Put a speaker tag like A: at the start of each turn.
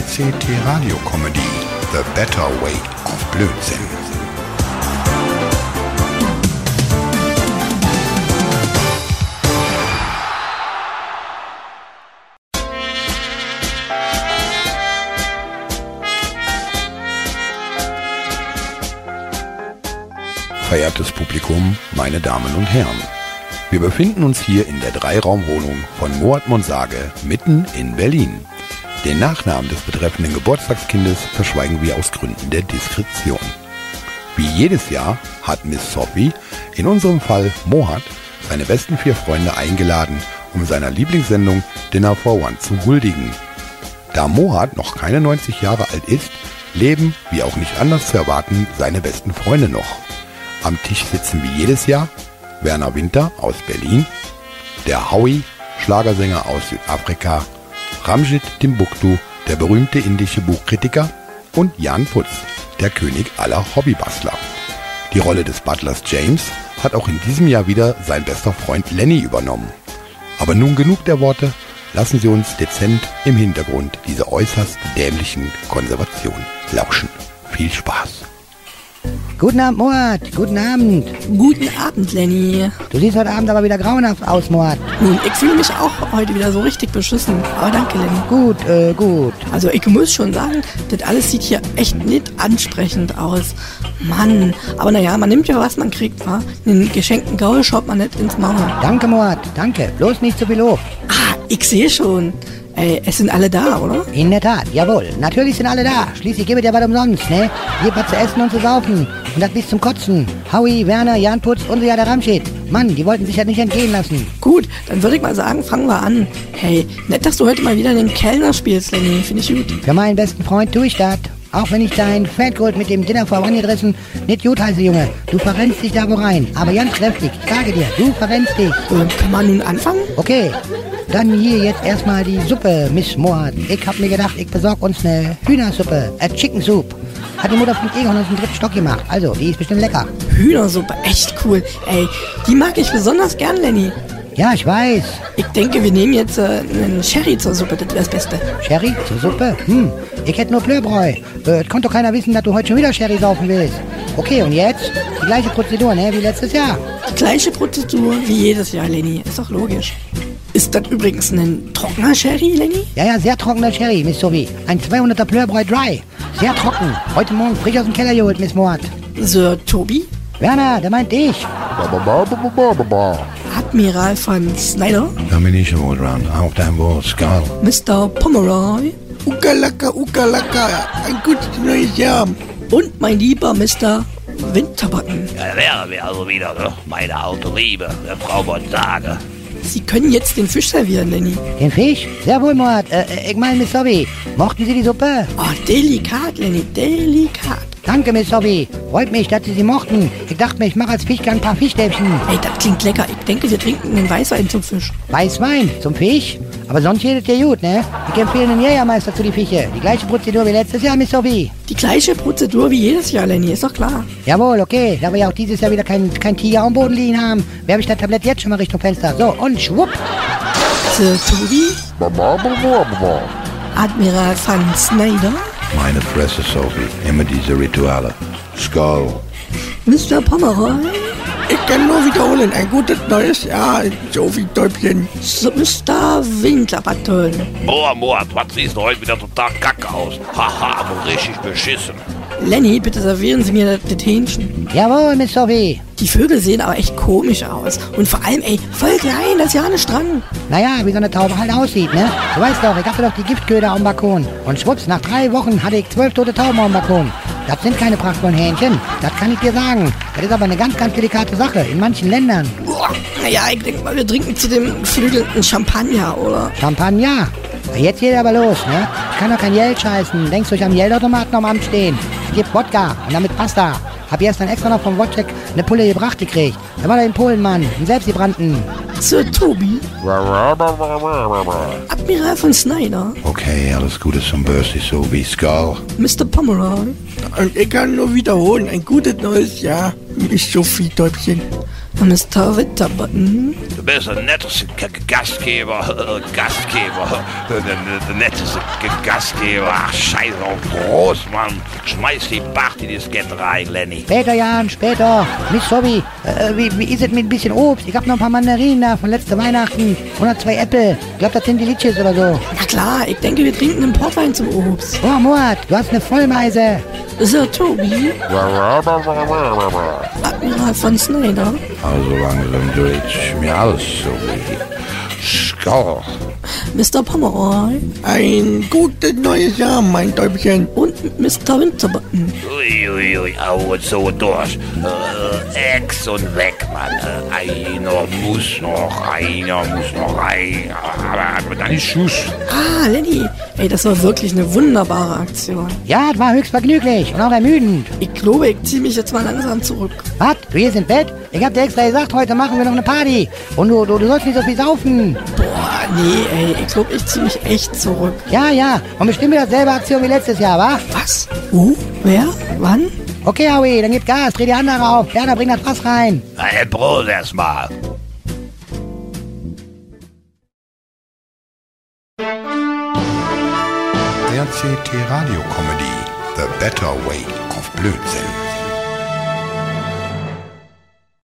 A: RCT Radio Comedy The Better Way of Blödsinn. Verehrtes Publikum, meine Damen und Herren. Wir befinden uns hier in der Dreiraumwohnung von Moat Monsage mitten in Berlin. Den Nachnamen des betreffenden Geburtstagskindes verschweigen wir aus Gründen der Diskretion. Wie jedes Jahr hat Miss Sophie, in unserem Fall Mohat, seine besten vier Freunde eingeladen, um seiner Lieblingssendung Dinner for One zu huldigen. Da Mohat noch keine 90 Jahre alt ist, leben, wie auch nicht anders zu erwarten, seine besten Freunde noch. Am Tisch sitzen wie jedes Jahr Werner Winter aus Berlin, der Howie, Schlagersänger aus Südafrika, Ramjit Timbuktu, der berühmte indische Buchkritiker und Jan Putz, der König aller Hobbybastler. Die Rolle des Butlers James hat auch in diesem Jahr wieder sein bester Freund Lenny übernommen. Aber nun genug der Worte, lassen Sie uns dezent im Hintergrund dieser äußerst dämlichen Konservation lauschen. Viel Spaß!
B: Guten Abend, Moat. Guten Abend.
C: Guten Abend, Lenny.
B: Du siehst heute Abend aber wieder grauenhaft aus, Moat.
C: Nun, ich fühle mich auch heute wieder so richtig beschissen. Aber danke, Lenny.
B: Gut, äh, gut.
C: Also, ich muss schon sagen, das alles sieht hier echt nicht ansprechend aus. Mann, aber naja, man nimmt ja, was man kriegt, wa? Den geschenkten Gaul schaut man nicht ins Maul.
B: Danke, Moat. Danke. Bloß nicht zu viel Lob.
C: Ah, ich sehe schon. Ey, es sind alle da, oder?
B: In der Tat, jawohl. Natürlich sind alle da. Schließlich gebe dir was umsonst, ne? Gib was zu essen und zu saufen. Und das bis zum Kotzen. Howie, Werner, Jan Putz und ja der Ramschid. Mann, die wollten sich ja nicht entgehen lassen.
C: Gut, dann würde ich mal sagen, fangen wir an. Hey, nett, dass du heute mal wieder den Kellner spielst, Lenny. Finde ich gut.
B: Für meinen besten Freund tue ich das. Auch wenn ich dein Fettgold mit dem Dinner vorangedrissen nicht gut heiße, Junge. Du verrennst dich da wo rein. Aber ganz kräftig, ich sage dir, du verrennst dich.
C: Ähm, kann man nun anfangen?
B: Okay, dann hier jetzt erstmal die Suppe, Miss Moat. Ich hab mir gedacht, ich besorg uns eine Hühnersuppe, äh, Chicken Soup. Hat die Mutter von Egon aus dem dritten Stock gemacht. Also, die ist bestimmt lecker.
C: Hühnersuppe, echt cool. Ey, die mag ich besonders gern, Lenny.
B: Ja, ich weiß.
C: Ich denke, wir nehmen jetzt äh, einen Sherry zur Suppe, das wäre das Beste.
B: Sherry zur Suppe? Hm, ich hätte nur Blöbräu. Äh, es konnte doch keiner wissen, dass du heute schon wieder Sherry saufen willst. Okay, und jetzt? Die gleiche Prozedur, ne, wie letztes Jahr.
C: Die gleiche Prozedur wie jedes Jahr, Lenny. Ist doch logisch. Ist das übrigens ein trockener Sherry, Lenny?
B: Ja, ja, sehr trockener Sherry, Miss Sophie. Ein 200er Blöbräu Dry. Sehr trocken. Heute Morgen frisch aus dem Keller geholt, Miss Moat.
C: Sir Tobi,
B: Werner, der meint dich.
C: Admiral von Snyder,
A: Domination Allround, auf dein Wort, Skull.
C: Mr. Pomeroy
D: Ukalaka, Ukalaka, ein gutes neues Jahr.
C: und mein lieber Mr. Winterbacken.
E: Da wären wir also wieder, ne? meine alte Liebe, der Frau von Sage.
C: Sie können jetzt den Fisch servieren, Lenny.
B: Den Fisch? Sehr wohl, Moat. Äh, äh, ich meine, Miss Sophie, mochten Sie die Suppe?
C: Oh, delikat, Lenny, delikat.
B: Danke, Miss Sophie. Freut mich, dass Sie sie mochten. Ich dachte mir, ich mache als Fischgang ein paar Fischstäbchen.
C: Ey, das klingt lecker. Ich denke, wir trinken einen Weißwein zum Fisch.
B: Weißwein zum Fisch? Aber sonst jedes dir gut, ne? Ich empfehle den Jägermeister zu die Fische. Die gleiche Prozedur wie letztes Jahr, Miss Sophie.
C: Die gleiche Prozedur wie jedes Jahr, Lenny, ist doch klar.
B: Jawohl, okay. Da wir ja auch dieses Jahr wieder keinen kein Tiger am Boden liegen haben, werfe ich das Tablett jetzt schon mal Richtung Fenster. So, und schwupp.
C: Sir Also, Tobi, Admiral von Snyder,
A: Meine Fresse, Sophie, immer diese Rituale. Skull.
C: Mr. Pomeroy,
D: Ich kann nur wiederholen, ein gutes neues Jahr, Sophie Täubchen.
C: Sir Mr. Winterbaton.
E: Moa, Moa, was siehst du heute wieder total kacke aus? Haha, aber richtig beschissen.
C: Lenny, bitte servieren Sie mir das Hähnchen.
B: Jawohl, Miss Sophie.
C: Die Vögel sehen aber echt komisch aus. Und vor allem, ey, voll klein, das ist ja nicht dran.
B: Naja, wie so eine Taube halt aussieht, ne? Du weißt doch, ich hatte doch die Giftköder am Balkon. Und schwupps, nach drei Wochen hatte ich zwölf tote Tauben am Balkon. Das sind keine prachtvollen Hähnchen. Das kann ich dir sagen. Das ist aber eine ganz, ganz delikate Sache in manchen Ländern.
C: Boah, naja, ich denke mal, wir trinken zu dem geflügelten Champagner, oder?
B: Champagner. Jetzt geht aber los, ne? Ich kann doch kein Geld scheißen. Denkst du, ich am Geldautomaten am Amt stehen? Es gibt Wodka und damit Pasta. Hab gestern extra noch vom Wodczek eine Pulle gebracht gekriegt. Da war der in Polen, Mann. Einen selbstgebrannten.
C: Sir Tobi, Admiral von Snyder,
A: Okay, alles Gute zum Bursty, Sophie. Skull.
C: Mr. Pomeroy,
D: Und ich kann nur wiederholen, ein gutes neues Jahr, Miss Sophie Täubchen.
C: Mr. Witterbutton.
E: Du bist der netteste K K- Gastgeber, äh, Gastgeber, äh, ne, der, der, der, der netteste G Gastgeber. Ach, scheiße, auf Prost, Mann. Schmeiß die Party-Diskette rein, Lenny.
B: Später, Jan, später. Nicht sorry. Äh, wie, wie ist es mit ein bisschen Obst? Ich hab noch ein paar Mandarinen da von letzte Weihnachten. 102 Äpfel. Ich glaub, das sind die Litschis oder so.
C: Na klar, ich denke, wir trinken einen Portwein zum Obst.
B: Boah, Moat, du hast eine Vollmeise.
C: Sir Toby, Admiral von Snyder.
F: Also langsam dreht mir alles so wie Skau.
C: Mr. Pomeroy
D: Ein gutes neues Jahr, mein Täubchen.
C: und Mr. Winterbutton.
E: Uiuiui, au, und so durch. Äh, Ex und weg, Mann. Äh, einer muss noch, einer muss noch rein. Aber, aber dann ist Schluss.
C: Ah, Lenny. Ey, das war wirklich eine wunderbare Aktion.
B: Ja, es war höchst vergnüglich und auch ermüdend.
C: Ich glaube, ich ziehe mich jetzt mal langsam zurück.
B: Was? Du gehst ins Bett? Ich hab dir extra gesagt, heute machen wir noch eine Party. Und du, du, du sollst nicht so viel saufen.
C: Boah, nee, ey, ich glaube, ich ziehe mich echt zurück.
B: Ja, ja. Und bestimme dasselbe Aktion wie letztes Jahr, wa?
C: Was? Wo? Wer? Wann?
B: Okay, Howie, dann gib Gas. Dreh die andere auf. Werner, bring das Fass rein.
E: Ein Prost erstmal.
A: RCT Radio Comedy The Better Way of Blödsinn.